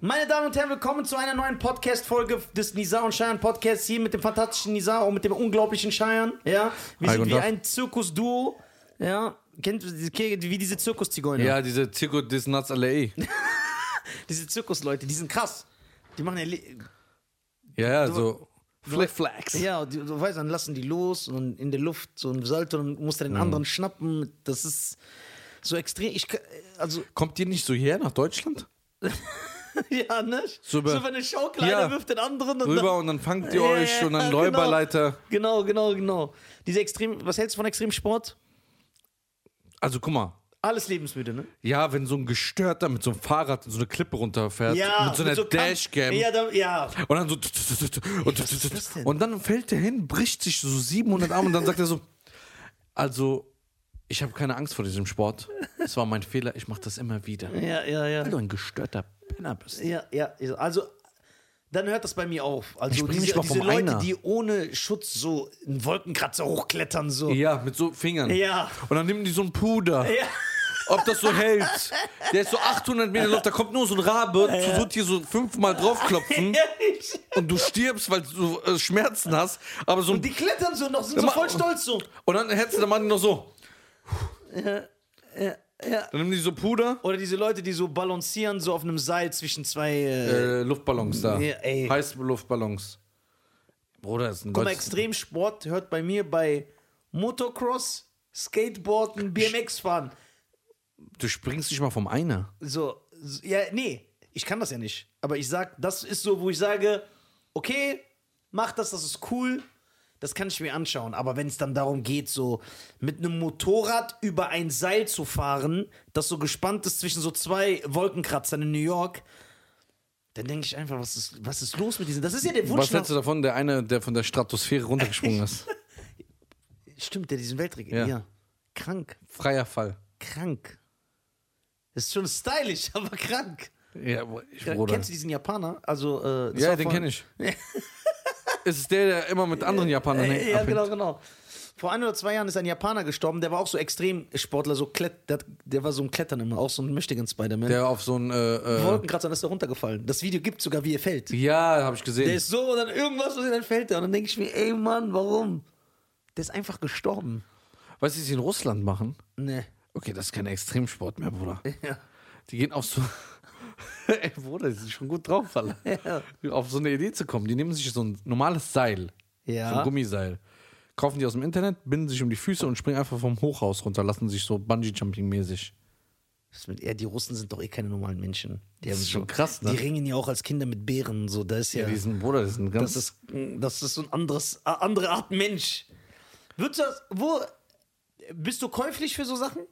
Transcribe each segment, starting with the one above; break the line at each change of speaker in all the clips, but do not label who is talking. Meine Damen und Herren, willkommen zu einer neuen Podcast-Folge des Nisa und Scheiern Podcasts hier mit dem fantastischen Nisa und mit dem unglaublichen Scheiern. Ja, wir
Hi,
sind
guten
wie
Tag.
ein Zirkusduo. Ja, kennt wie diese Zirkuszigeuner.
Ja, diese Zirko des Nuts LA.
Diese Zirkusleute, die sind krass. Die machen ja, Le-
Ja, ja, so. Flick Flags.
ja, die, du weißt, dann lassen die los und in der Luft so ein Salto und musst
Mhm.
du den anderen schnappen. Das ist so extrem. Ich, ka- also
Kommt ihr nicht so hierher nach Deutschland?
ja, ne?
Super.
So wenn eine Schaukel einer
Ja.
wirft den anderen und
Rüber und dann fangt ihr
Ja,
euch und dann
genau.
Räuberleiter.
Genau, genau, genau. Diese extrem, was hältst du von Extremsport?
Also guck mal.
Alles lebensmüde, ne?
Ja, wenn so ein Gestörter mit so einem Fahrrad in so eine Klippe runterfährt, mit so einer
Kant-
Dashcam
Ja, da, ja.
und dann so tut, tut, tut, tut, und, tut,
ist
tut,
das denn?
tut. und dann fällt der hin, bricht sich so 700 Arme und dann sagt er so, also ich habe keine Angst vor diesem Sport, es war mein Fehler, ich mache das immer wieder. Weil
Ja, ja, ja.
du ein gestörter Penner bist.
Ja, ja. ja. Also, dann hört das bei mir auf. Also,
Ich bring
diese,
mich mal
diese
vom
Leute,
Einer.
die ohne Schutz so einen Wolkenkratzer hochklettern, so.
Ja, mit so Fingern.
Ja.
Und dann nehmen die so ein Puder.
Ja.
Ob das so hält. Der ist so 800 Meter Luft, da kommt nur so ein Rabe, versucht dir so fünfmal draufklopfen und du stirbst, weil du äh, Schmerzen hast. Aber so ein
Die klettern so noch, sind so
Ma-
voll stolz so.
Und dann hättest du dann machen die noch so. Dann nehmen die so Puder,
Oder diese Leute, die so balancieren, so auf einem Seil zwischen zwei. Äh,
äh, Luftballons da.
Ja, ey.
Heiße Luftballons. Bruder, das ist ein
Guck mal,
Deutsch-
Extremsport hört bei mir bei Motocross, Skateboarden, BMX-Fahren.
Du springst nicht mal vom Einer.
so, so- ja, nee, ich kann das ja nicht. Aber ich sag, das ist so, wo ich sage, okay, mach das, das ist cool, das kann ich mir anschauen. Aber wenn es dann darum geht, so mit einem Motorrad über ein Seil zu fahren, das so gespannt ist zwischen so zwei Wolkenkratzern in New York, dann denke ich einfach, was ist, was ist los mit diesen? Das ist ja der Wunsch
Was
nach,
hältst du davon, der eine, der von der Stratosphäre runtergesprungen ist?
stimmt, der diesen Weltrekord, ja.
Ja.
ja. Krank,
Freier Fall.
krank. Das ist schon stylisch, aber krank.
Ja, aber ich,
Ja,
Bruder.
Kennst du diesen Japaner? Also, äh, das
ja,
war
den
vor-
kenne ich. es ist der, der immer mit anderen Japanern
Äh,
hängt.
ja, genau, genau. Vor ein oder zwei Jahren ist ein Japaner gestorben, der war auch so Extremsportler, so Klett, der, hat- der war so ein Klettern immer, auch so ein mächtigen Spider-Man. Der
Der auf so ein. Äh, äh,
Wolkenkratzer, ist da runtergefallen. Das Video gibt sogar, wie er fällt.
ja, habe ich
Der
gesehen.
ist so und dann irgendwas und dann fällt er. Und dann denke ich mir, ey Mann, warum? Der ist einfach gestorben.
Weißt du, was sie in Russland machen?
Ne.
Okay, das ist kein Extremsport mehr, Bruder.
Ja.
Die gehen auf so. Ey, Bruder, die sind schon gut drauf, alle.
Ja.
Auf so eine Idee zu kommen. Die nehmen sich so ein normales Seil.
Ja.
So ein Gummiseil. Kaufen die aus dem Internet, binden sich um die Füße und springen einfach vom Hochhaus runter, lassen sich so Bungee-Jumping-mäßig.
Was mit- Ja, die Russen sind doch eh keine normalen Menschen. Die haben
ist schon
so-
krass, ne?
Die ringen ja auch als Kinder mit Bären. So, da ist ja,
Ja. Die sind, Bruder, das ist ein ganz.
Das ist, das ist so ein anderes, a- andere Art Mensch. Würdest du das, wo, bist du käuflich für so Sachen?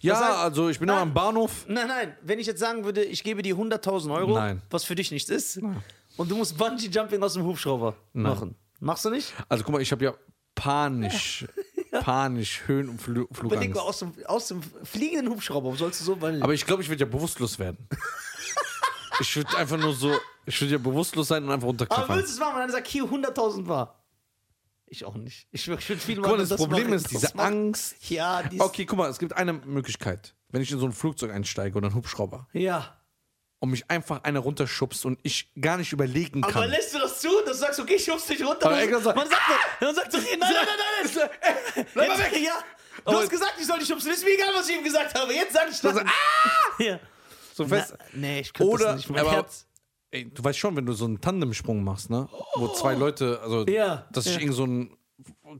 ja,
das heißt-
also ich bin immer
Nein.
am Bahnhof.
Nein, nein, wenn ich jetzt sagen würde, ich gebe dir 100.000 Euro,
Nein.
was für dich nichts ist, und du musst Bungee-Jumping aus dem Hubschrauber machen. Machst du nicht?
Also guck mal, ich habe ja panisch, panisch Höhen- und Fl
Überleg mal,
Flugangst.
aus dem, aus dem fliegenden Hubschrauber sollst du so wandeln.
Aber ich glaube, ich würde ja bewusstlos werden. ich würde einfach nur so, ich würde ja bewusstlos sein und einfach
Aber
runterklappern.
würdest du es machen, wenn einer sagt, hier 100.000 war? Ich auch nicht. Ich, schwör, ich würde viel
Guck mal,
machen,
das,
dass
Problem
man-
ist diese
dass man-
Angst.
Ja, die ist,
Okay, guck mal, es gibt eine Möglichkeit. Wenn ich in so ein Flugzeug einsteige oder einen Hubschrauber
ja.
und mich einfach einer runterschubst und ich gar nicht überlegen
Aber
kann.
lässt du das zu, dass du sagst, okay, ich schub's dich runter.
Aber
man,
Eckler
sagt,
sagt,
man sagt
Ah!
doch, man sagt doch, nein, nein, nein, nein, nein. Bleib
mal weg.
Ja. Du
Aber-
hast gesagt, ich soll dich schubsen. Ist mir egal, was ich ihm gesagt habe. Jetzt sag ich das.
Also,
Ja.
so fest.
Na, nee, ich könnte
Oder-
das nicht. Mein
aber-
Herz.
Ey, du weißt schon, wenn du so einen Tandemsprung machst, ne? Wo zwei Leute, also
Ja,
dass
ja.
ich irgend so ein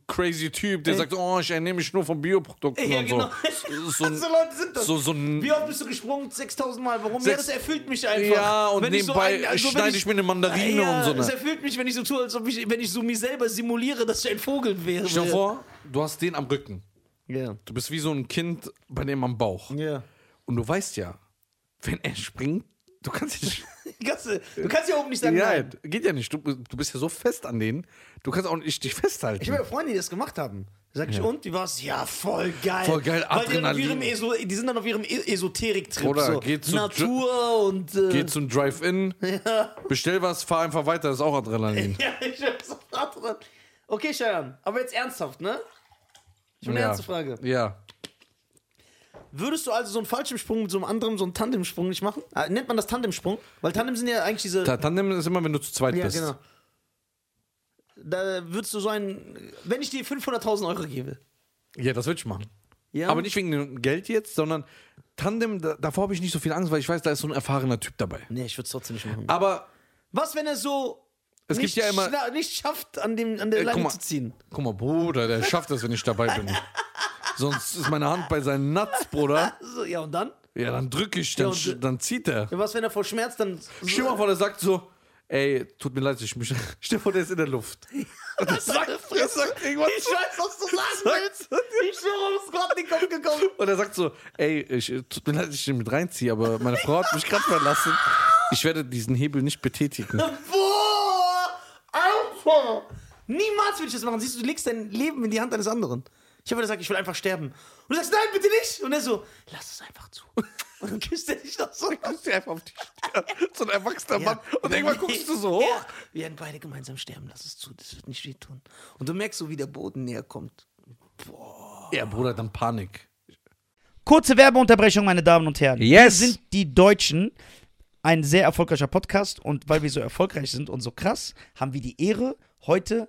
crazy Typ, der
Ey.
sagt, oh, ich ernehme mich nur von Bioprodukten
Ja,
und
genau.
so.
So,
So, ein-
Leute sind das.
so, so ein
Wie oft bist du gesprungen? 6000 Mal. Warum? ja,
Sechs-
das erfüllt mich einfach.
Ja, und
Wenn ich also
nebenbei
wenn
schneide ich mir eine Mandarine
ja,
und so, ne?
Das erfüllt mich, wenn ich so tue, als ob ich, wenn ich so mir selber simuliere, dass ich ein Vogel wäre.
Stell dir vor, du hast den am Rücken.
Ja.
Du bist wie so ein Kind bei dem am Bauch.
Ja.
Und du weißt ja, wenn er springt, du kannst nicht.
Kannst Du du kannst ja oben nicht sagen,
Ja,
nein.
geht ja nicht. Du, du bist ja so fest an denen. Du kannst auch nicht dich festhalten.
Ich habe ja Freunde, die das gemacht haben. Sag ich, und wie war's? Ja, voll geil.
Voll geil,
Weil die, dann auf ihrem
Adrenalin.
Eso die sind dann auf ihrem E- Esoterik-Trip.
Oder
so.
geh zu
Natur und. Äh,
Geh zum Drive-In,
ja,
bestell was, fahr einfach weiter, das ist auch Adrenalin.
ja, ich hab so dran. Okay, Sharon, aber jetzt ernsthaft, ne? Ich habe eine
ja.
ernste Frage.
Ja.
Würdest du also so einen Fallschirmsprung mit so einem anderen, so einen Tandemsprung nicht machen? Ah, Nennt man das Tandemsprung? Weil Tandem sind ja eigentlich diese.
Ta- Tandem ist immer, wenn du zu zweit
ja,
bist.
genau. Da würdest du so einen. Wenn ich dir 500.000 Euro gebe.
Ja, das würde ich machen.
Ja.
Aber nicht wegen dem Geld jetzt, sondern Tandem, da, davor habe ich nicht so viel Angst, weil ich weiß, da ist so ein erfahrener Typ dabei.
Nee, ich würde es trotzdem nicht machen.
Aber
Was, wenn er so.
Es
nicht,
gibt ja immer-
schla- nicht schafft, an, dem, an der
Äh, guck
Leine
mal.
zu ziehen.
guck mal, Bruder, der schafft das, wenn ich dabei bin. Sonst ist meine Hand bei seinen Nuts, Bruder.
So, ja, und dann?
Ja, dann drücke ich, dann,
Ja, und-
dann zieht er.
Ja, was, wenn er vor Schmerz dann. So,
Stell dir mal vor, der sagt so, ey, tut mir leid, ich mich. Stell dir vor, der ist in der Luft. Und das sagt, das sagt irgendwas.
Ich weiß, was du sagen willst. Ich schwöre, es ist gerade in den Kopf gekommen.
Und er sagt so, ey, ich, tut mir leid, dass ich den mit reinziehe, aber meine Frau hat mich gerade verlassen. Ich werde diesen Hebel nicht betätigen.
Boah! Alter! Niemals würde ich das machen. Siehst du, du legst dein Leben in die Hand eines anderen. Ich habe gesagt, ich will einfach sterben. Und du sagst, nein, bitte nicht. Und er so, lass es einfach zu. Und dann küsst er dich noch so.
guckst dir einfach auf die Stirn. So ein erwachsener Mann. Und
Nee.
irgendwann guckst du so hoch.
Ja. Wir werden beide gemeinsam sterben, lass es zu, das wird nicht wehtun. Und du merkst so, wie der Boden näher kommt.
Ja, Bruder, dann Panik.
Kurze Werbeunterbrechung, meine Damen und Herren.
Yes.
Wir sind die Deutschen. Ein sehr erfolgreicher Podcast und weil wir so erfolgreich sind und so krass, haben wir die Ehre, heute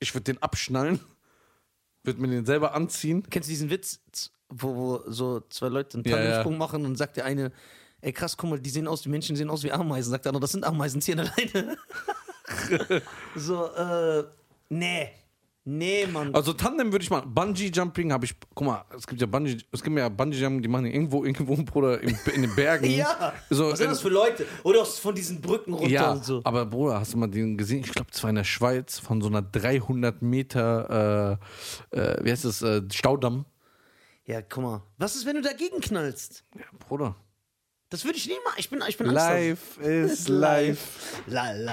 Ich würde den abschnallen, würde mir den selber anziehen.
Kennst du diesen Witz, z- wo, wo so zwei Leute einen
Ja,
Tandemsprung machen und sagt der eine, ey krass, guck mal, die sehen aus, die Menschen sehen aus wie Ameisen. Sagt der andere, das sind Ameisen, ziehen alleine. so, äh, nee. Nee, Mann.
Also Tandem würde ich machen. Bungee Jumping habe ich. Guck mal, es gibt ja Bungee, es gibt ja Bungee Jumping, die machen irgendwo irgendwo Bruder in, in den Bergen.
ja.
So,
Was sind
in-
das für Leute? Oder aus- von diesen Brücken runter
ja,
und so.
aber Bruder, hast du mal den gesehen? Ich glaube, zwar in der Schweiz von so einer 300 Meter, äh, äh, wie heißt das, äh, Staudamm.
Ja, guck mal. Was ist, wenn du dagegen knallst?
Ja, Bruder.
Das würde ich nie machen. Ich bin, ich bin Angst.
Life is life.
La la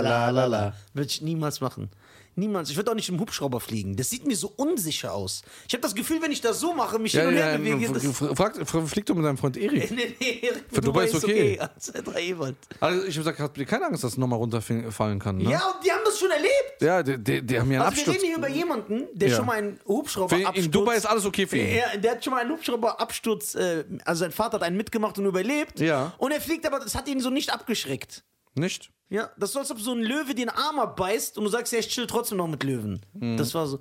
la
la,
la
la,
la.
la.
Würde ich niemals machen. Niemals. Ich würde auch nicht im Hubschrauber fliegen. Das sieht mir so unsicher aus. Ich habe das Gefühl, wenn ich das so mache, mich hin
Ja,
und her
ja,
bewege.
ja,
das-
frag, frag, frag, flieg doch mit deinem Freund Erik.
Nee, nee,
Für Dubai ist okay.
Zwei, drei Ewald.
Also ich habe gesagt, habt ihr keine Angst, dass es nochmal runterfallen kann? Ne?
Ja, und die haben das schon erlebt.
Ja, die, die, die haben ja einen
Also wir
Absturz.
reden hier über jemanden, der
Ja.
schon mal einen
Für ihn-
Hubschrauber
in Dubai ist alles okay für ihn.
Er, der hat schon mal einen Hubschrauberabsturz, äh, also sein Vater hat einen mitgemacht und überlebt.
Ja.
Und er fliegt, aber das hat ihn so nicht abgeschreckt.
Nicht?
Ja, das ist so, als ob so ein Löwe den Arm abbeißt und du sagst, ja, ich chill trotzdem noch mit Löwen.
Mhm.
Das war so.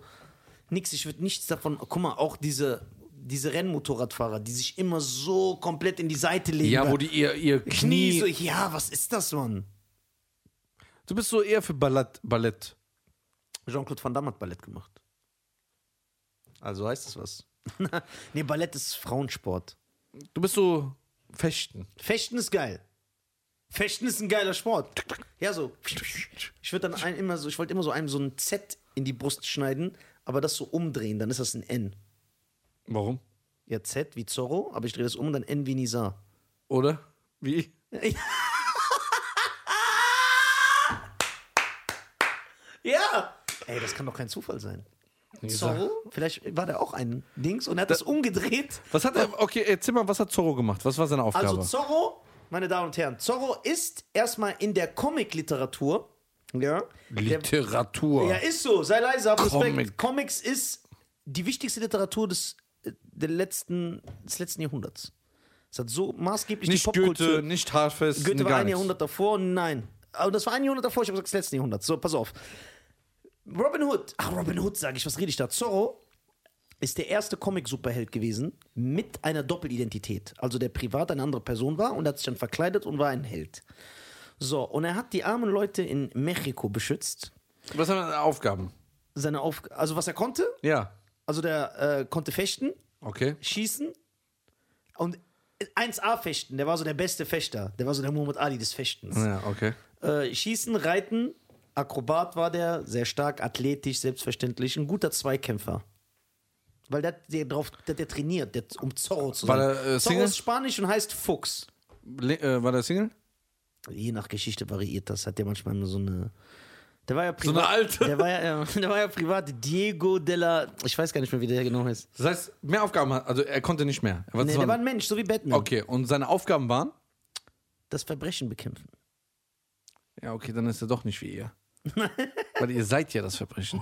Nix, ich würde nichts davon. oh, Guck mal, auch diese, diese Rennmotorradfahrer, die sich immer so komplett in die Seite legen.
Ja, wo die ihr, ihr
Knie.
Knie...
so, ja, was ist das, Mann?
Du bist so eher für Ballett. Ballett.
Jean-Claude Van Damme hat Ballett gemacht. Also heißt es was. nee, Ballett ist Frauensport.
Du bist so Fechten.
Fechten ist geil. Fechten ist ein geiler Sport. Ja, so. Ich würde dann ein, immer so, ich wollte immer so einem so ein Z in die Brust schneiden, aber das so umdrehen, dann ist das ein N.
Warum?
Ja, Z wie Zorro, aber ich drehe das um und dann N wie Nizar.
Oder? Wie ich?
Ja! Ey, das kann doch kein Zufall sein. Zorro, vielleicht war der auch ein Dings und er hat das umgedreht.
Was hat er, okay, erzähl mal, was hat Zorro gemacht? Was war seine Aufgabe?
Also Zorro, meine Damen und Herren, Zorro ist erstmal in der Comic-Literatur. Ja. Der,
Literatur.
ja, ist so, sei leise, hab Respekt.
Comic.
Comics ist die wichtigste Literatur des, äh, der letzten, des letzten Jahrhunderts. Es hat so maßgeblich die
nicht
Popkultur.
Goethe, nicht Hardfest,
Goethe war
gar
ein
nichts.
Jahrhundert davor, nein. Aber das war ein Jahrhundert davor, ich habe gesagt, das letzte Jahrhundert. So, pass auf. Robin Hood, ach, Robin Hood, sage ich, was rede ich da? Zorro ist der erste Comic-Superheld gewesen mit einer Doppelidentität. Also der privat eine andere Person war und hat sich dann verkleidet und war ein Held. So, und er hat die armen Leute in Mexiko beschützt.
Was haben seine Aufgaben?
Seine Auf also was er konnte,
Ja,
also der äh, konnte fechten,
okay.
schießen und 1A fechten, der war so der beste Fechter. Der war so der Muhammad Ali des Fechtens.
Ja, okay.
Äh, Schießen, Reiten, Akrobat war der, sehr stark, athletisch, selbstverständlich, ein guter Zweikämpfer. Weil der, der drauf, der, der trainiert, der, um Zorro zu
War
sein.
der, äh,
Zorro
Single?
ist Spanisch und heißt Fuchs.
Le äh, war der Single?
Je nach Geschichte variiert das, hat der manchmal nur so eine. Der war ja privat.
eine alte.
Der war ja, äh, der war ja privat Diego della. Ich weiß gar nicht mehr, wie der genau heißt.
Das heißt, mehr Aufgaben hat, also er konnte nicht mehr. Er war-
Nee, der
das
war
waren-
ein Mensch, so wie Batman.
okay, und seine Aufgaben waren?
Das Verbrechen bekämpfen.
Ja, okay, dann ist er doch nicht wie ihr. Weil ihr seid ja das Verbrechen.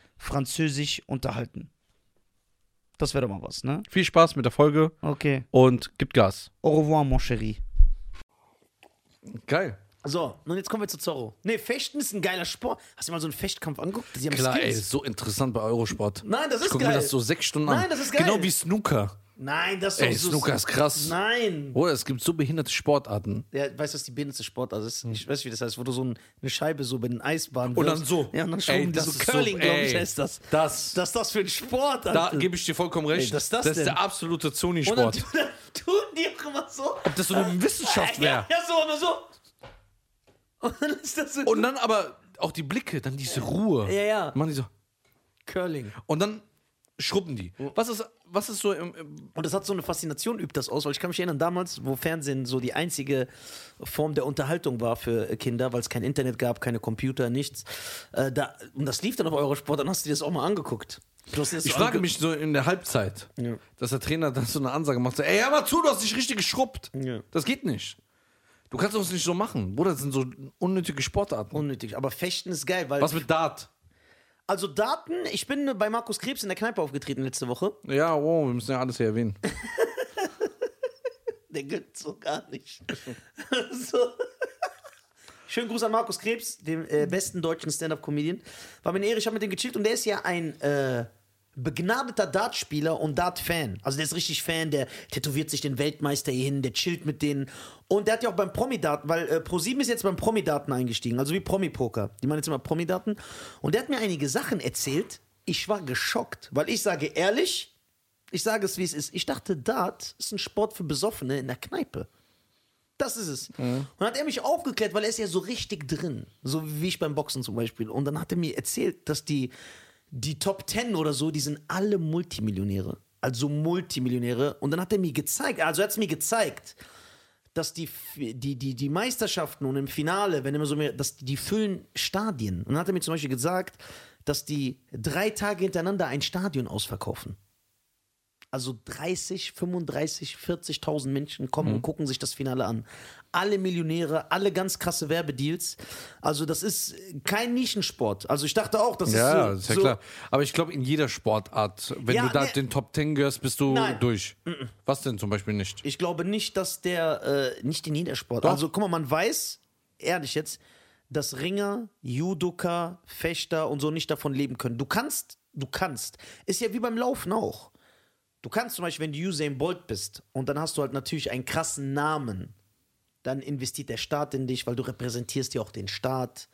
Französisch unterhalten. Das wäre doch mal was, ne?
Viel Spaß mit der Folge
Okay.
und gibt Gas.
Au revoir, mon chéri.
Geil.
So, und jetzt kommen wir zu Zorro. Nee, Fechten ist ein geiler Sport. Hast du dir mal so einen Fechtkampf angeguckt? Die haben
Klar, ey,
Skills.
ist so interessant bei Eurosport.
Nein, das
ich
ist
guck
geil.
mir das so sechs Stunden an.
Nein, das ist geil.
Genau wie Snooker.
Nein, das ist
Ey,
doch so.
Snooker ist krass.
Nein.
Oder es gibt so behinderte Sportarten.
Ja, weißt du, was die behindertste Sportart ist? Ich weiß, wie also, das heißt, wo du so ein, eine Scheibe so bei den Eisbahnen
Und dann
wirfst.
so.
Ja, und dann
Ey,
schrauben die
das
so
ist so-
Curling, glaube ich,
ey,
heißt das.
das-
Das ist das für ein Sport,
Da
Alter.
gebe ich dir vollkommen recht.
Ey, was ist das
ist
denn?
der absolute
und dann,
Zoni-Sport.
dann tun die auch immer so. Ob
das so eine Wissenschaft
ja,
wäre.
ja, so, aber so. Und dann ist das so
Und dann aber auch die Blicke, dann diese Ruhe.
Ja, ja.
Machen die so.
Curling.
Und dann schrubben die. Was ist, was ist so im, im
Und das hat so eine Faszination, übt das aus, weil ich kann mich erinnern, damals, wo Fernsehen so die einzige Form der Unterhaltung war für äh, Kinder, weil es kein Internet gab, keine Computer, nichts. Äh, da, und das lief dann auf Eurosport, dann hast du dir das auch mal angeguckt. Du hast dir das
Ich
so
frage
ange-
mich so in der Halbzeit, dass der Trainer dann so eine Ansage macht: so, Ey, hör mal zu, du hast dich richtig geschrubbt.
Ja.
Das geht nicht. Du kannst das nicht so machen. Bruder, das sind so unnötige Sportarten.
Unnötig, aber Fechten ist geil, weil.
Was mit Dart?
Also Daten, ich bin bei Markus Krebs in der Kneipe aufgetreten letzte Woche.
Ja, wow, wir müssen ja alles hier erwähnen.
Der gönnt so gar nicht. so. Schönen Gruß an Markus Krebs, dem äh, besten deutschen Stand-Up-Comedian. War mir eine Ehre, ich habe mit dem gechillt und der ist ja ein äh, begnadeter Dartspieler und Dart-Fan. Also der ist richtig Fan, der tätowiert sich den Weltmeister hier hin, der chillt mit denen. Und der hat ja auch beim Promi-Daten, weil äh, ProSieben ist jetzt beim Promi-Daten eingestiegen, also wie Promi-Poker. Die meinen jetzt immer Promi-Daten. Und der hat mir einige Sachen erzählt. Ich war geschockt, weil ich sage ehrlich, ich sage es wie es ist. Ich dachte, Dart ist ein Sport für Besoffene in der Kneipe. Das ist es. Und hat er mich aufgeklärt, weil er ist ja so richtig drin. So wie ich beim Boxen zum Beispiel. Und dann hat er mir erzählt, dass die, die Top Ten oder so, die sind alle Multimillionäre. Also Multimillionäre. Und dann hat er mir gezeigt, also er hat es mir gezeigt, dass die, F- die, die, die Meisterschaften und im Finale, wenn immer so mehr, dass die, die füllen Stadien. Und dann hat er mir zum Beispiel gesagt, dass die drei Tage hintereinander ein Stadion ausverkaufen. Also 30, 35, 40.000 Menschen
Mhm.
kommen und gucken sich das Finale an. Alle Millionäre, alle ganz krasse Werbedeals. Also das ist kein Nischensport. Also ich dachte auch, das
Ja,
ist so.
das ist ja
so,
klar. Aber ich glaube, in jeder Sportart, wenn
Ja,
du da
ne-
den Top Ten gehörst, bist du
Nein.
durch. Was denn zum Beispiel nicht?
Ich glaube nicht, dass der, äh, nicht in jeder Sport. Also guck mal, man weiß, ehrlich jetzt, dass Ringer, Judoka, Fechter und so nicht davon leben können. Du kannst, du kannst. Ist ja wie beim Laufen auch. Du kannst zum Beispiel, wenn du Usain Bolt bist und dann hast du halt natürlich einen krassen Namen, dann investiert der Staat in dich, weil du repräsentierst ja auch den Staat.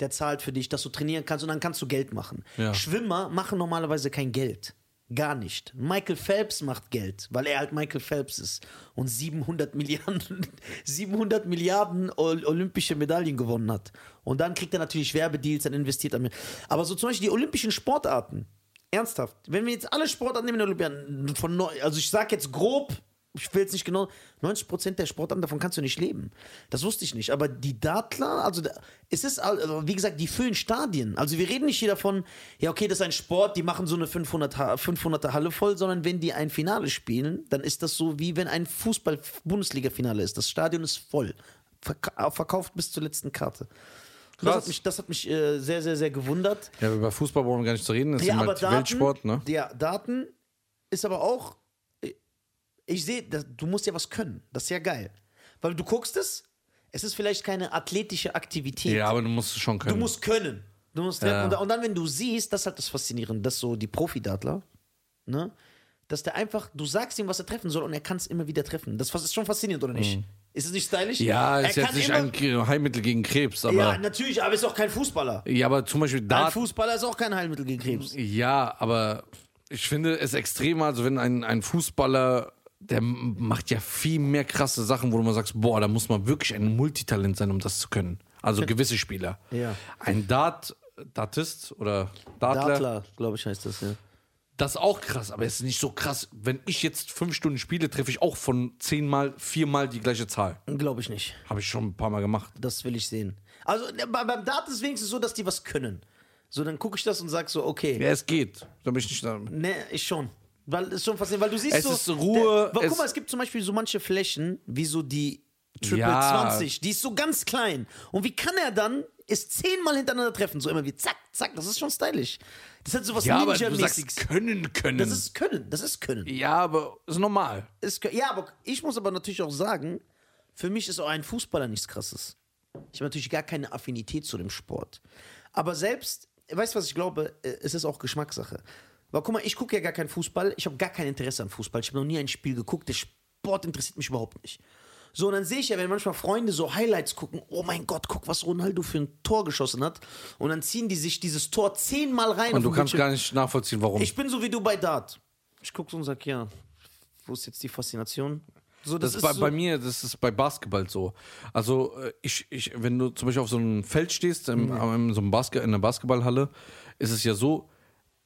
Der zahlt für dich, dass du trainieren kannst und dann kannst du Geld machen.
Ja.
Schwimmer machen normalerweise kein Geld. Gar nicht. Michael Phelps macht Geld, weil er halt Michael Phelps ist und 700 Milliarden, 700 Milliarden Ol- olympische Medaillen gewonnen hat. Und dann kriegt er natürlich Werbedeals, dann investiert er mehr. Aber so zum Beispiel die olympischen Sportarten. Ernsthaft. Wenn wir jetzt alle Sportarten nehmen, in den Olympiaden, von neu, also ich sag jetzt grob, ich will es nicht genau, 90% der Sportarten, davon kannst du nicht leben. Das wusste ich nicht. Aber die Dartler, also da- es ist, all- also wie gesagt, die füllen Stadien. Also wir reden nicht hier davon, ja okay, das ist ein Sport, die machen so eine 500 Ha- 500er Halle voll, sondern wenn die ein Finale spielen, dann ist das so, wie wenn ein Fußball-Bundesliga-Finale ist. Das Stadion ist voll. Verka verkauft bis zur letzten Karte. Und Das
Krass.
hat mich, das hat mich äh, sehr, sehr, sehr gewundert.
Ja, über Fußball brauchen wir gar nicht zu reden. Das ist
Ja,
immer
aber
halt
Daten,
Weltsport, ne?
Ja, Daten ist aber auch. Ich sehe, das- du musst ja was können. Das ist ja geil. Weil du guckst es, es ist vielleicht keine athletische Aktivität.
Ja, aber du musst es schon können.
Du musst können. Du musst
Ja.
und, und dann, wenn du siehst, das ist halt das Faszinierende, dass so die Profi-Datler, ne? Dass der einfach, du sagst ihm, was er treffen soll und er kann es immer wieder treffen. Das ist schon faszinierend, oder nicht? Ist es nicht stylisch?
Mhm. ja, ist
er
jetzt
kann
nicht
immer,
ein K- Heilmittel gegen Krebs, aber.
Ja,
Ja,
natürlich, aber ist auch kein Fußballer.
aber zum Beispiel
Ein
Dart.
Fußballer ist auch kein Heilmittel gegen Krebs.
Ja, aber ich finde es extrem, also wenn ein, ein Fußballer, der m- macht ja viel mehr krasse Sachen, wo du mal sagst, boah, da muss man wirklich ein Multitalent sein, um das zu können. Also gewisse Spieler.
Ja.
Ein Dart, Dartist oder Dartler,
Datler, glaube ich, heißt das, ja.
das ist auch krass, aber es ist nicht so krass. Wenn ich jetzt fünf Stunden spiele, treffe ich auch von zehnmal, viermal die gleiche Zahl.
Glaube ich nicht.
Habe ich schon ein paar Mal gemacht.
Das will ich sehen. Also ne, bei, beim Dart ist es wenigstens so, dass die was können. So, dann gucke ich das und sag so, okay.
Ja, es geht. Da bin ich nicht da.
Ne, ich schon. Weil ist schon faszinierend, weil du siehst
Es
so.
ist Ruhe,
Der, weil, guck
es-
mal, es gibt zum Beispiel so manche Flächen, wie so die Triple
Ja.
20, die ist so ganz klein. Und wie kann er dann es zehnmal hintereinander treffen? So immer wie zack, zack, das ist schon stylisch. Das hat sowas
Ja, aber du sagst
Ninja-mäßiges.
können, können.
Das ist Können, das ist Können.
ja, aber ist normal.
Es kö- ja, aber ich muss aber natürlich auch sagen, für mich ist auch ein Fußballer nichts Krasses. Ich habe natürlich gar keine Affinität zu dem Sport. Aber selbst, weißt du, was ich glaube? Äh, Es ist auch Geschmackssache. Aber guck mal, ich gucke ja gar keinen Fußball. Ich habe gar kein Interesse an Fußball. Ich habe noch nie ein Spiel geguckt. Der Sport interessiert mich überhaupt nicht. So, und dann sehe ich ja, wenn manchmal Freunde so Highlights gucken, oh mein Gott, guck, was Ronaldo für ein Tor geschossen hat. Und dann ziehen die sich dieses Tor zehnmal rein. auf
Und du
dem
kannst
Bildschirm.
gar nicht nachvollziehen, warum.
Ich bin so wie du bei Dart. Ich guck so und sag, ja, wo ist jetzt die Faszination? So, das,
Das ist
ist
bei,
so,
bei mir, das ist bei Basketball so. Also äh, ich, ich, wenn du zum Beispiel auf so einem Feld stehst,
Mhm.
im, am- in, so einem Basket, in einer Basketballhalle, ist es ja so,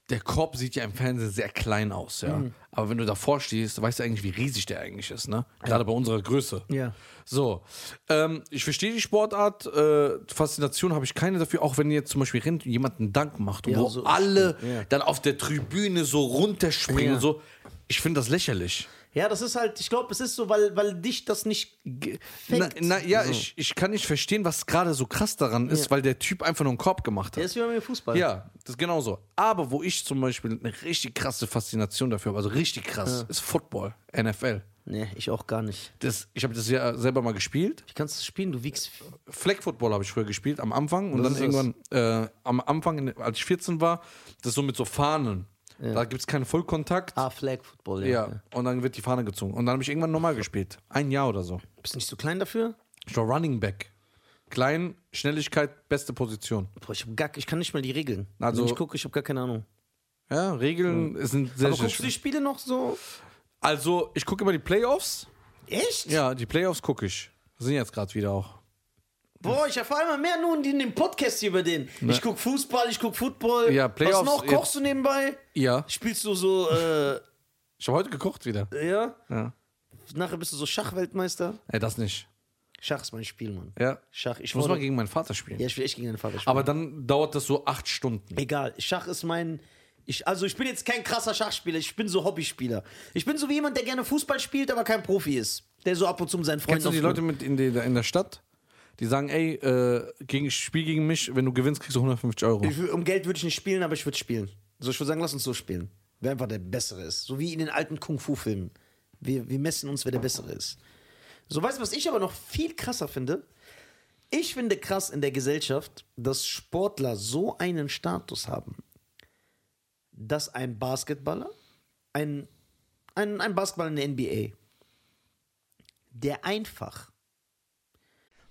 der Korb sieht ja im Fernsehen sehr klein aus, ja.
Mhm.
Aber wenn du davor stehst, weißt du eigentlich, wie riesig der eigentlich ist, ne? Gerade bei unserer Größe.
Ja.
So, ähm, ich verstehe die Sportart, äh, Faszination habe ich keine dafür, auch wenn jetzt zum Beispiel rennt und jemand einen Dank macht, und
Ja,
wo
so-
alle
Ja.
dann auf der Tribüne so runterspringen,
Ja.
so. Ich finde das lächerlich.
Ja, das ist halt, ich glaube, es ist so, weil, weil dich das nicht. ge-
Na,
fängt.
na ja,
so.
ich, ich kann nicht verstehen, was gerade so krass daran ist, weil der Typ einfach nur einen Korb gemacht
Der
hat.
ist wie beim Fußball.
Ja, das ist genauso. Aber wo ich zum Beispiel eine richtig krasse Faszination dafür habe, also richtig krass, ist Football, NFL.
Nee, ich auch gar nicht.
Das, ich habe das ja selber mal gespielt.
Ich kann es spielen, du wiegst.
Flag Football habe ich früher gespielt am Anfang und
Was
dann
ist das?
irgendwann äh, am Anfang, als ich 14 war, das so mit so Fahnen. Da gibt es keinen Vollkontakt.
Ah, Flag Football, ja.
ja. und dann wird die Fahne gezogen. Und dann habe ich irgendwann nochmal gespielt. Ein Jahr oder so.
Bist du nicht zu klein dafür?
Ich war Running Back. Klein, Schnelligkeit, beste Position.
Boah, ich, hab gar, ich kann nicht mal die Regeln.
Also-
Wenn ich gucke, ich habe gar keine Ahnung.
Ja, Regeln sind sehr,
Aber guckst du
sehr
die
schwierig.
Spiele noch so?
Also, ich gucke immer die Playoffs.
Echt?
Ja, die Playoffs gucke ich. Sind jetzt gerade wieder auch.
Boah, ich erfahre immer mehr nun in dem Podcast hier über den. Ich guck Fußball, ich guck Football.
Ja, Playoffs,
Was noch?
jetzt-
Kochst du nebenbei?
Ja.
Spielst du so, äh,
Ich habe heute gekocht wieder.
ja?
Ja.
Nachher bist du so Schachweltmeister?
Ey, das nicht.
Schach ist mein Spiel, Mann.
Ja.
Schach, ich
Ich muss
wurde-
mal gegen meinen Vater spielen.
Ja, ich will echt gegen deinen Vater spielen.
Aber dann dauert das so acht Stunden.
Egal, Schach ist mein. Ich, also ich bin jetzt kein krasser Schachspieler, ich bin so Hobbyspieler. Ich bin so wie jemand, der gerne Fußball spielt, aber kein Profi ist. Der so ab und zu mit seinen Freunden.
Kennst du die
auf-
Leute mit in, die, in der Stadt, die sagen, ey, äh, gegen, spiel gegen mich, wenn du gewinnst, kriegst du 150 Euro.
Ich, wür- um Geld würde ich nicht spielen, aber ich würde spielen. So, ich würde sagen, lass uns so spielen. Wer einfach der Bessere ist. So wie in den alten Kung-Fu-Filmen. Wir, wir messen uns, wer der Bessere ist. So, weißt du, was ich aber noch viel krasser finde? Ich finde krass in der Gesellschaft, dass Sportler so einen Status haben, dass ein Basketballer, ein, ein, ein Basketballer in der NBA, der einfach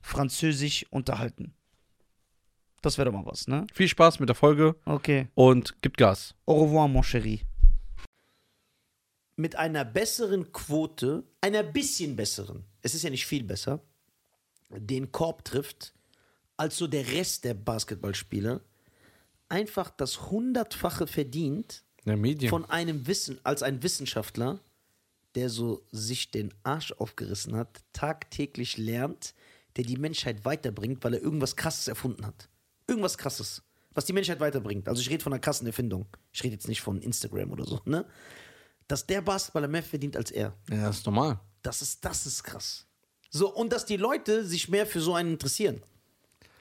Französisch unterhalten. Das wäre doch mal was, ne?
Viel Spaß mit der Folge
Okay.
und gibt Gas.
Au revoir, mon chéri.
mit einer besseren Quote, einer bisschen besseren, es ist ja nicht viel besser, den Korb trifft, als so der Rest der Basketballspieler, einfach das hundertfache verdient
In der Medien.
von einem Wissen, als ein Wissenschaftler, der so sich den Arsch aufgerissen hat, tagtäglich lernt, der die Menschheit weiterbringt, weil er irgendwas Krasses erfunden hat. Irgendwas Krasses, was die Menschheit weiterbringt. Also ich rede von einer krassen Erfindung. Ich rede jetzt nicht von Instagram oder so, ne? Dass der Basketballer mehr verdient als er.
ja, das ist normal.
Das ist, das ist krass. So, und dass die Leute sich mehr für so einen interessieren.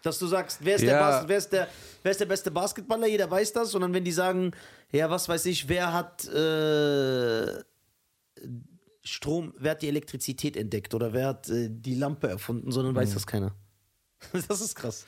Dass du sagst, wer ist, der,
Ja.
Bas wer ist, der, wer ist der beste Basketballer? Jeder weiß das. Und dann, wenn die sagen, ja, was weiß ich, wer hat äh, Strom, wer hat die Elektrizität entdeckt oder wer hat äh, die Lampe erfunden, sondern
Mhm.
weiß das keiner. Das ist krass.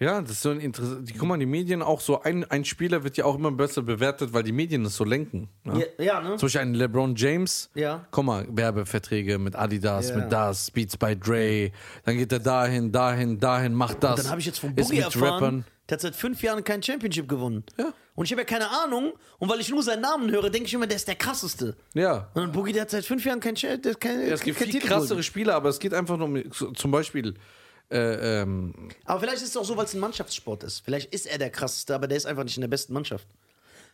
Ja, das ist so ein interessant. Guck mal, die Medien auch so, ein, ein Spieler wird ja auch immer besser bewertet, weil die Medien das so lenken. Ne?
Ja, ja ne?
Zum Beispiel ein LeBron James.
Ja.
Guck mal, Werbeverträge mit Adidas,
Ja.
mit das, Beats by Dre. Dann geht er dahin, dahin, dahin, macht das.
Dann habe ich jetzt von
ist
Boogie
mit
erfahren,
Rappern.
Der hat seit fünf Jahren kein Championship gewonnen.
Ja.
Und ich habe ja keine Ahnung. Und weil ich nur seinen Namen höre, denke ich immer, der ist der krasseste.
Ja.
Und Boogie, der hat seit fünf Jahren kein Champ, der hat keine,
Ja, es gibt
kein
viel
Titel
krassere
geholt.
Spiele, aber es geht einfach nur um, so- zum Beispiel, äh, ähm,
Aber vielleicht ist es auch so, weil es ein Mannschaftssport ist. Vielleicht ist er der krasseste, aber der ist einfach nicht in der besten Mannschaft.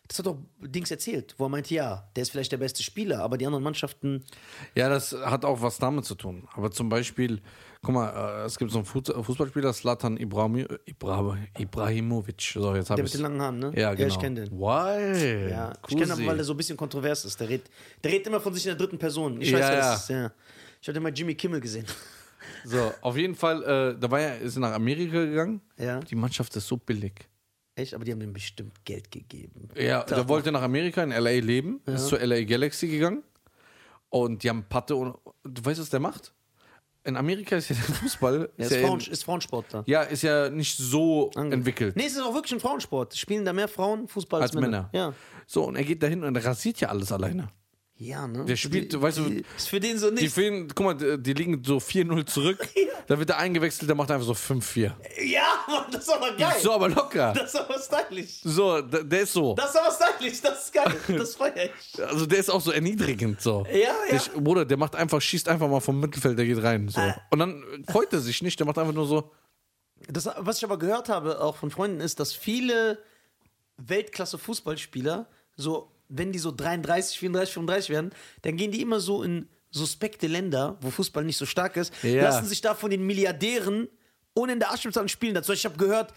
Das hat doch Dings erzählt, wo er meinte, ja, der ist vielleicht der beste Spieler, aber die anderen Mannschaften.
ja, das hat auch was damit zu tun. Aber zum Beispiel, guck mal, äh, es gibt so einen Fut- Fußballspieler, Slatan Ibrahimovic. So, jetzt habe
Der
ich
mit den langen Haaren, ne?
Ja, genau.
ich kenne den.
Why?
Ja, ich kenne aber, weil er so ein bisschen kontrovers ist. Der redet, der redet immer von sich in der dritten Person. Ich weiß,
Ja,
wer
ja.
das ist. Ja. Ich hatte mal Jimmy Kimmel gesehen.
So, auf jeden Fall, äh, da war er, ist er nach Amerika gegangen.
Ja.
Die Mannschaft ist so billig.
Echt? Aber die haben ihm bestimmt Geld gegeben.
Ja, der wollte nach Amerika in LA leben, ist zur LA Galaxy gegangen und die haben Patte und du weißt, was der macht? In Amerika ist ja der Fußball
Ja,
ist
ist,
ja,
Frauen,
in,
ist Frauensport da.
ja, ist ja nicht so entwickelt
Nee, es ist auch wirklich ein Frauensport. Spielen da mehr Frauen Fußball als,
als Männer.
Ja.
So, und er geht dahin und er rasiert ja alles alleine.
Ja, ne?
Der spielt, weißt du,
Ist für den so
die
nicht.
fehlen, guck mal, die, die liegen so 4-0 zurück, dann wird er eingewechselt, der macht einfach so 5-4.
Ja, Mann, das ist aber geil.
So, aber locker.
Das ist aber stylisch.
So, der, der ist so.
Das ist aber stylisch. Das ist geil. Das feier ich.
Also der ist auch so erniedrigend so.
Ja, ja.
Der, Bruder, der macht einfach, schießt einfach mal vom Mittelfeld, der geht rein. So.
Ah.
Und dann freut er sich nicht, der macht einfach nur so.
Das, was ich aber gehört habe, auch von Freunden, ist, dass viele Weltklasse-Fußballspieler, so, wenn die so 33, 34, 35 werden, dann gehen die immer so in suspekte Länder, wo Fußball nicht so stark ist,
Ja.
lassen sich da von den Milliardären ohne in der Asche zu spielen. Dazu, ich habe gehört,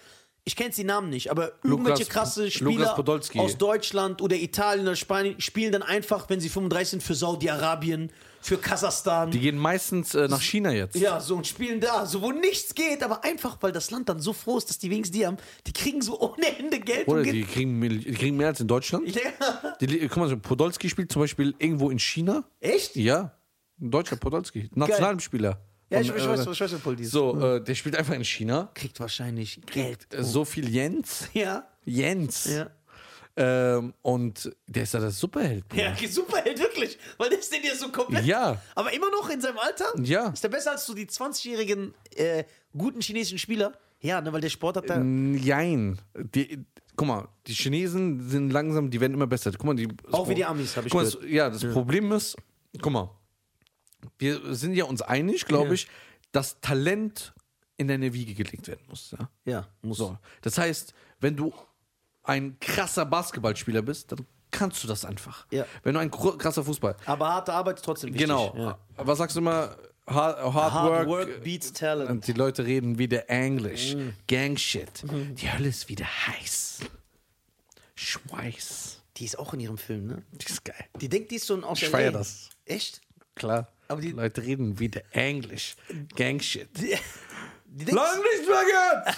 ich kenne die Namen nicht, aber irgendwelche krasse
Lukas
Spieler
Podolski.
aus Deutschland oder Italien oder Spanien spielen dann einfach, wenn sie 35 sind, für Saudi-Arabien, für Kasachstan.
Die gehen meistens äh, nach China jetzt.
Ja, so und spielen da, so wo nichts geht, aber einfach, weil das Land dann so froh ist, dass die wenigstens die haben, die kriegen so ohne Ende Geld.
Oder
und
die
gehen-
kriegen, Mil- die kriegen mehr als in Deutschland.
ja.
Die, li- guck mal, so Podolski spielt zum Beispiel irgendwo in China.
Echt?
Ja, ein deutscher Podolski, Nationalspieler.
Ja, ich,
Von,
ich
äh,
weiß, ich weiß, wer Paul die ist.
So, äh, der spielt einfach in China.
Kriegt wahrscheinlich Geld.
Äh, So viel Jens.
Ja.
Jens.
Oh. Ja.
Ähm, und der ist ja der Superheld. Bruder.
Ja, Superheld, wirklich. Weil der ist denn ja so komplett.
Ja.
Aber immer noch in seinem Alter?
Ja.
Ist der besser als so die 20-jährigen äh, guten chinesischen Spieler? Ja, ne, weil der Sport hat da.
Ähm, Jein. Die, guck mal, die Chinesen sind langsam, die werden immer besser. Guck mal, die,
Auch wie die Amis, hab ich
Guck mal,
gehört.
das- Ja, das Problem ist, guck mal, wir sind ja uns einig, glaube ich, dass Talent in deine Wiege gelegt werden muss. Ja?
Ja, muss.
So. Das heißt, wenn du ein krasser Basketballspieler bist, dann kannst du das einfach.
Ja.
Wenn du ein gro- krasser Fußball.
Aber harte Arbeit ist trotzdem wichtig.
Genau.
Ja.
Was sagst du immer? Hard, hard,
Hard
work,
work beats talent.
und die Leute reden wieder Englisch. Gangshit. Die Hölle ist wieder heiß. Schweiß.
Die ist auch in ihrem Film, ne?
Die ist geil.
Die denkt, die ist so ein aus
Ich
LA.
feier das.
Echt?
Klar.
Aber die-
die Leute reden wieder Englisch. Gangshit.
Die denkt,
Lang nicht mehr gehört!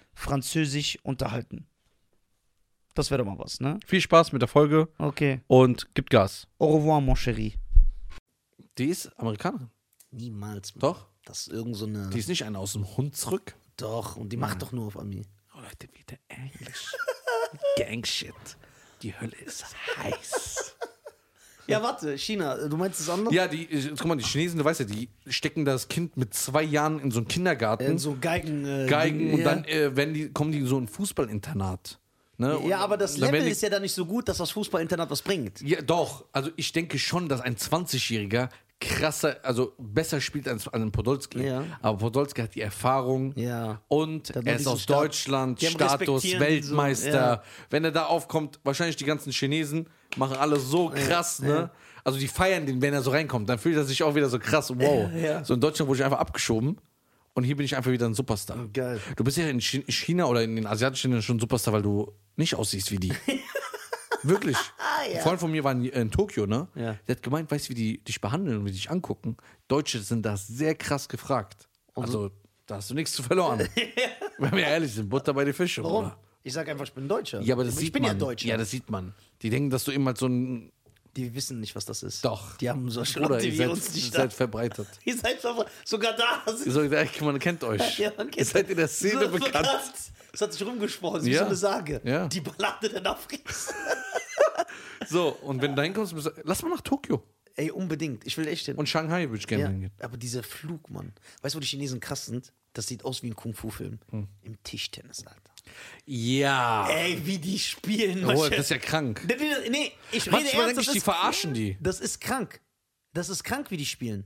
Französisch unterhalten. Das wäre doch mal was, ne?
Viel Spaß mit der Folge
Okay.
und gibt Gas.
Au revoir, mon chéri.
Die ist Amerikanerin.
Niemals. Mann.
Doch.
Das ist irgend so eine.
Die ist nicht eine aus dem Hund zurück.
doch, und die macht doch nur auf Ami.
Oh, Leute, wieder Englisch. Gangshit. Die Hölle ist heiß.
Ja, warte, China, du meinst es anders?
Ja, die, ich- guck mal, die Chinesen, du weißt ja, die stecken das Kind mit zwei Jahren in so einen Kindergarten,
In so Geigen. Äh,
Geigen
Ding,
und
ja.
dann äh, werden die, kommen die in so ein Fußballinternat. Ne? Und
Ja, aber das
dann werden
Level
die-
ist ja dann nicht so gut, dass das Fußballinternat was bringt.
Ja, doch. Also ich denke schon, dass ein 20-Jähriger krasser, also besser spielt als an Podolski.
Ja.
Aber Podolski hat die Erfahrung
Ja.
und
hat
er
noch
ist
diesen
aus
Stab-
Deutschland,
Die haben
Status,
respektieren
Weltmeister.
so, ja.
Wenn er da aufkommt, wahrscheinlich die ganzen Chinesen machen alle so krass, ne? Also die feiern den, wenn er so reinkommt. Dann fühlt er sich auch wieder so krass, wow.
Ja.
So in Deutschland wurde ich einfach abgeschoben. Und hier bin ich einfach wieder ein Superstar.
Oh, Geil.
Du bist ja in Chi- China oder in den asiatischen Ländern schon Superstar, weil du nicht aussiehst wie die. Wirklich. Ein Freund von mir war in, in Tokio, ne?
Ah, Ja.
Der hat gemeint, weißt du, wie die dich behandeln und wie die dich angucken? Deutsche sind da sehr krass gefragt. Also, da hast du nichts zu verloren. Wenn wir ehrlich sind, Butter bei den Fischen.
Warum?
Oder?
Ich sag einfach, ich bin Deutscher.
Ja, aber das
ich
sieht
bin
man.
ja Deutscher.
Ja, das sieht man. Die denken, dass du immer so ein
die wissen nicht, was das ist.
Doch.
Die haben solche
Bruder,
Leute
ihr
wie
seid,
uns
ihr
nicht da.
seid verbreitet.
Ihr seid schon, sogar da.
Ihr sagt, ey, man kennt euch.
Ja, man
Ihr
kennt-
seid in der Szene
so
bekannt.
Das hat sich rumgesprochen, das ist wie
Ja.
so eine Sage.
Ja.
Die Ballade der Nafris.
So, und wenn du da hinkommst, bist du- lass mal nach Tokio.
Ey, unbedingt. Ich will echt hin.
Und Shanghai würde ich gerne
ja,
hingehen.
aber dieser Flug, Mann. Weißt du, wo die Chinesen krass sind? Das sieht aus wie ein Kung-Fu-Film.
Hm.
Im Tischtennis, Alter.
Ja.
Ey, wie die spielen.
Oh,
Manche-
das ist ja krank.
Nee, nee, nee, ich rede
Manchmal
ernst,
denke
das
ich, die
ist-
verarschen die.
Das ist krank. Das ist krank, wie die spielen.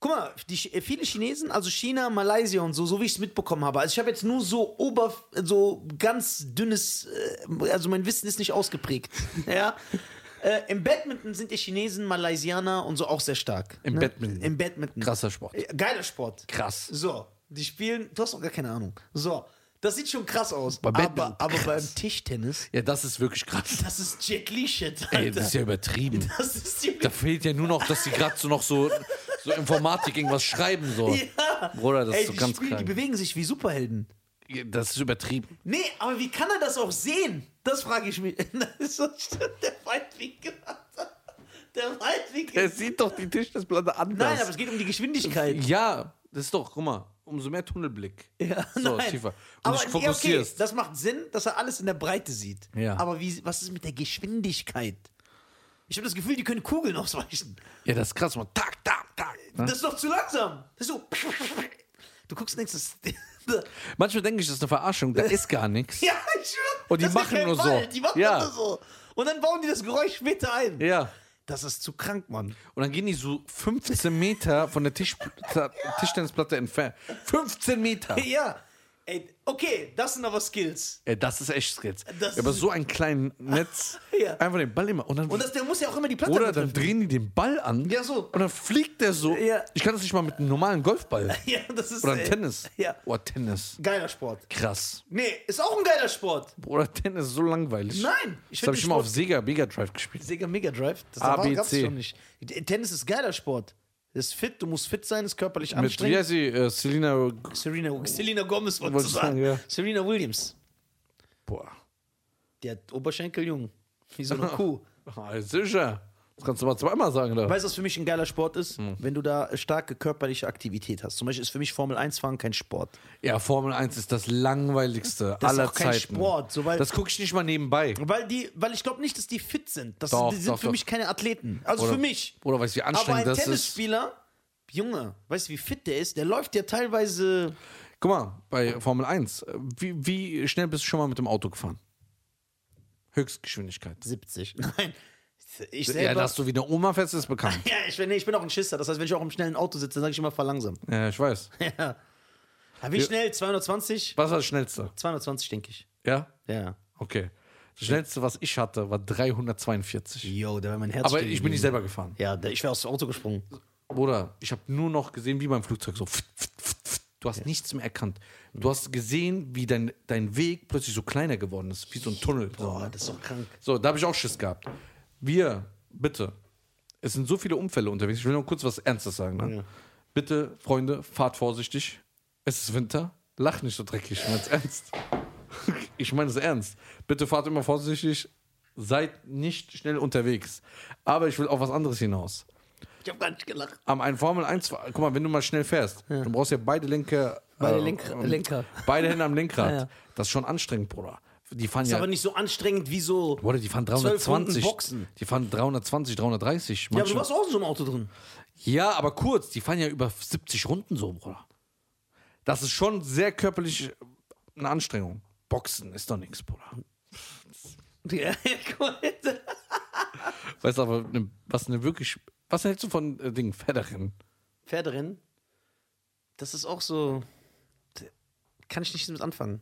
Guck mal, die, Chi- viele Chinesen, also China, Malaysia und so, so wie ich es mitbekommen habe. Also ich habe jetzt nur so ober, so ganz dünnes, äh, also mein Wissen ist nicht ausgeprägt. ja. Äh, Im Badminton sind die Chinesen, Malaysianer und so auch sehr stark. ne?
Im Badminton.
Im Badminton.
Krasser Sport.
Äh, Geiler Sport.
Krass.
So, die spielen, du hast auch gar keine Ahnung. So, das sieht schon krass aus.
Badminton,
aber aber
krass.
beim Tischtennis,
Ja, das ist wirklich krass.
das ist Jet Li-Shit, Alter.
Ey, das ist ja übertrieben.
Das ist die
Da fehlt ja nur noch, dass sie gerade so noch so, so Informatik irgendwas schreiben soll.
Ja.
Bruder, das
Ey,
ist so
die,
ganz
spielen, die
krank.
bewegen sich wie Superhelden.
Ja, Das ist übertrieben.
Nee, aber wie kann er das auch sehen? Das frage ich mich. Das ist so stimmt, der Weitwinkel. Alter. Der Weitwinkel.
sieht doch die Tischtennisplatte anders.
Nein, aber es geht um die Geschwindigkeit.
ja, das ist doch, guck mal, umso mehr Tunnelblick.
Ja,
so,
nein.
tiefer. Und
aber
dich
ja, Okay,
fokussierst.
das macht Sinn, dass er alles in der Breite sieht.
Ja.
Aber wie, was ist mit der Geschwindigkeit? Ich habe das Gefühl, die können Kugeln ausweichen.
Ja, das ist krass, man. Tak, tak, tak. Ne?
Das ist doch zu langsam. Das ist so. Du guckst und denkst, das
Manchmal denke ich, das ist eine Verarschung, da ist gar nichts.
Ja, ich schwör.
Und die
das ist ja
machen
kein
nur so.
Ball, Die machen
Ja.
nur so. Und dann bauen die das Geräusch später ein.
Ja.
Das ist zu krank, Mann.
Und dann gehen die so 15 Meter von der Tisch, Tischtennisplatte entfernt. 15 Meter!
Ja. Ey, okay, das sind aber Skills.
Ey, Äh, das ist echt Skills.
Das
aber
ist-
so ein kleines Netz,
Ja.
einfach den Ball immer. Und dann,
Und das, der muss ja auch immer die Platte
oder
treffen.
dann drehen die den Ball an
Ja, so.
und dann fliegt der so.
Ja.
Ich kann das nicht mal mit einem normalen Golfball.
Ja, das ist.
Oder ein
ey,
Tennis.
Ja.
Oh, Tennis.
Geiler Sport.
Krass.
Nee, ist auch ein geiler Sport.
Oder Tennis ist so langweilig.
Nein, ich
Ich das
find
habe
den
ich schon mal auf
Sport-
Sega Mega Drive gespielt.
Sega Mega Drive. Das
ABC.
gab's schon nicht. Tennis ist geiler Sport. Das ist fit, du musst fit sein, ist körperlich
Mit
anstrengend.
wie heißt sie? Äh, Selena.
Serena, Selena Gomez wollte
Wollte
ich
ich
sagen.
sagen, ja.
Serena Williams.
Boah.
Die hat Oberschenkel jung. Wie so eine Kuh.
Ah, Sicher. Das kannst du mal zweimal sagen, da.
Weißt du, was für mich ein geiler Sport ist?
Hm.
Wenn du da starke körperliche Aktivität hast. Zum Beispiel ist für mich Formel 1 fahren kein Sport.
Ja, Formel 1 ist das langweiligste
Das ist
aller
auch kein
Zeiten.
Sport, so weil-
das gucke ich nicht mal nebenbei.
Weil, die, weil ich glaube nicht, dass die fit sind. Das
Doch,
die sind
doch,
für
doch.
mich keine Athleten. Also
Oder-
für mich.
Oder weißt du, wie
Aber ein
anstrengend das ist?
Tennisspieler, Junge, weißt du, wie fit der ist? Der läuft ja teilweise.
Guck mal, bei Formel 1, äh, wie, wie schnell bist du schon mal mit dem Auto gefahren? Höchstgeschwindigkeit.
70. Nein. Ich selber.
Ja, dass du wie eine Oma fährst, ist bekannt.
Ja, ich, bin, nee, ich bin auch ein Schisser. Das heißt, wenn ich auch im schnellen Auto sitze, dann sage ich immer verlangsamt.
Ja, ich weiß.
Ja. Aber Wie schnell? 220?
Was war das Schnellste?
220, denke ich.
Ja?
Ja.
Okay. Das Schnellste, was ich hatte, war 342.
Yo, da wäre mein Herz.
Aber
stehen
ich bin
geblieben.
nicht selber gefahren.
Ja, da- ich wäre aus dem Auto gesprungen.
Oder ich habe nur noch gesehen, wie beim Flugzeug so. Du hast nichts mehr erkannt. Du hast gesehen, wie dein, dein Weg plötzlich so kleiner geworden ist, wie so ein Tunnel.
Boah, das ist doch krank.
So, da habe ich auch Schiss gehabt. Wir, bitte, es sind so viele Unfälle unterwegs. Ich will nur kurz was Ernstes sagen. Ne? Bitte, Freunde, fahrt vorsichtig. Es ist Winter. Lach nicht so dreckig, ich meine es ernst. Ich meine es ernst. Bitte fahrt immer vorsichtig. Seid nicht schnell unterwegs. Aber ich will auf was anderes hinaus.
Ich habe gar nicht gelacht.
Am einen Formel 1, fahr- guck mal, wenn du mal schnell fährst, du brauchst ja beide Lenker. äh,
Beide Lenk- Lenker.
Beide Hände am Lenkrad.
Ja, ja.
Das ist schon anstrengend, Bruder. Die fahren
Ist
ja.
aber nicht so anstrengend wie so.
Bruder, die fahren
12 Runden
320.
Boxen.
Die fahren 320, 330.
Ja, aber
manche-
du warst auch in so einem Auto drin.
ja, aber kurz. Die fahren ja über 70 Runden so, Bruder. Das ist schon sehr körperlich äh, eine Anstrengung. Boxen ist doch nichts, Bruder.
Ja, cool.
Weißt du aber, ne- was eine wirklich. Was hältst du von äh, Ding Federin?
Pferderennen. Das ist auch so. Kann ich nichts mit anfangen.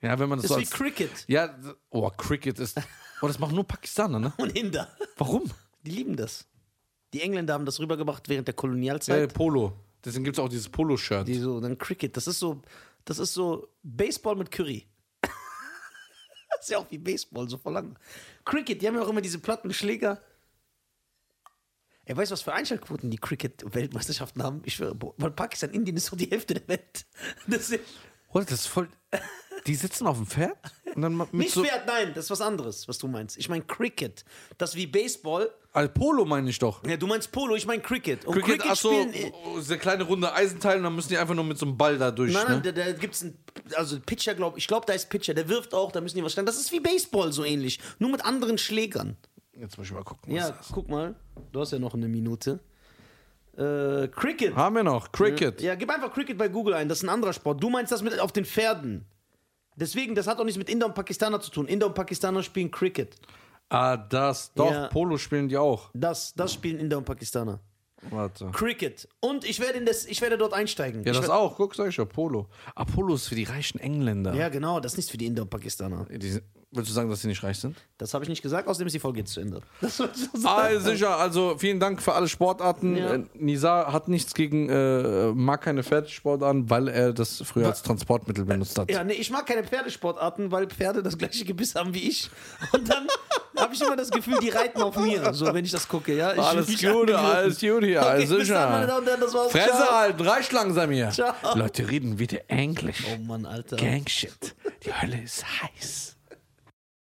Ja, wenn man das
Das
so
ist wie
als,
Cricket
Ja, d- oh, Cricket ist. Oh, das machen nur Pakistaner, ne?
und Inder.
Warum?
Die lieben das. Die Engländer haben das rübergebracht während der
Äh,
Kolonialzeit.
Polo. Deswegen gibt es auch dieses Polo-Shirt.
Die so, dann Cricket. Das ist so, das ist so Baseball mit Curry. das ist ja auch wie Baseball, so voll lang. Cricket, die haben ja auch immer diese platten Schläger. Ey, weißt du, was für Einschaltquoten die Cricket-Weltmeisterschaften haben? Ich schwöre, boah, weil Pakistan, Indien ist so die Hälfte der Welt. Das ist,
Oh, das ist voll. Die sitzen auf dem Pferd und dann ma- mit
nicht
so.
Pferd, nein, das ist was anderes, was du meinst. Ich meine Cricket. Das ist wie Baseball.
Also Polo meine ich doch.
Ja, du meinst Polo, ich meine Cricket. Und
Cricket, ach so,
spielen- äh,
oh, diese kleine runde Eisenteil und dann müssen die einfach nur mit so einem Ball da durch.
Nein, nein,
ne?
da, da gibt's einen, also Pitcher, glaube ich, glaube, da ist Pitcher, der wirft auch, da müssen die was stellen. Das ist wie Baseball so ähnlich, nur mit anderen Schlägern.
Jetzt muss ich mal gucken.
Ja,
Was
guck mal, du hast ja noch eine Minute. Äh, Cricket.
Haben wir noch. Cricket.
Ja, gib einfach Cricket bei Google ein, das ist ein anderer Sport. Du meinst das mit auf den Pferden. Deswegen, das hat auch nichts mit Inder und Pakistaner zu tun. Inder und Pakistaner spielen Cricket.
Ah, das. Doch,
Ja.
Polo spielen die auch.
Das, das spielen Inder und Pakistaner.
Warte.
Cricket. Und ich werde, in das, ich werde dort einsteigen.
Ja,
ich
das
werde,
auch. Guck, sag ich ja, Polo. Ah, Polo ist für die reichen Engländer.
ja, genau, das ist nichts für die Inder und Pakistaner.
Die, sind- willst du sagen, dass sie nicht reich sind?
Das habe ich nicht gesagt, außerdem ist die Folge jetzt zu Ende. Das wollte ich nur sagen.
Ah, sicher. Also vielen Dank für alle Sportarten.
Ja.
Äh, Nizar hat nichts gegen, äh, mag keine Pferdesportarten, weil er das früher als Transportmittel benutzt hat.
Ja, nee, ich mag keine Pferdesportarten, weil Pferde das gleiche Gebiss haben wie ich. Und dann habe ich immer das Gefühl, die reiten auf mir, so wenn ich das gucke. Ja, ich
Alles
fühl mich
Gute,
angegriffen.
alles Gute,
Okay,
alles
bis dann, meine Damen und
sicher.
Herren, das war's.
Fresse
Ciao.
halten, reicht langsam hier.
Ciao.
Leute reden wieder Englisch.
Oh Mann, Alter.
Gangshit. Die Hölle ist heiß.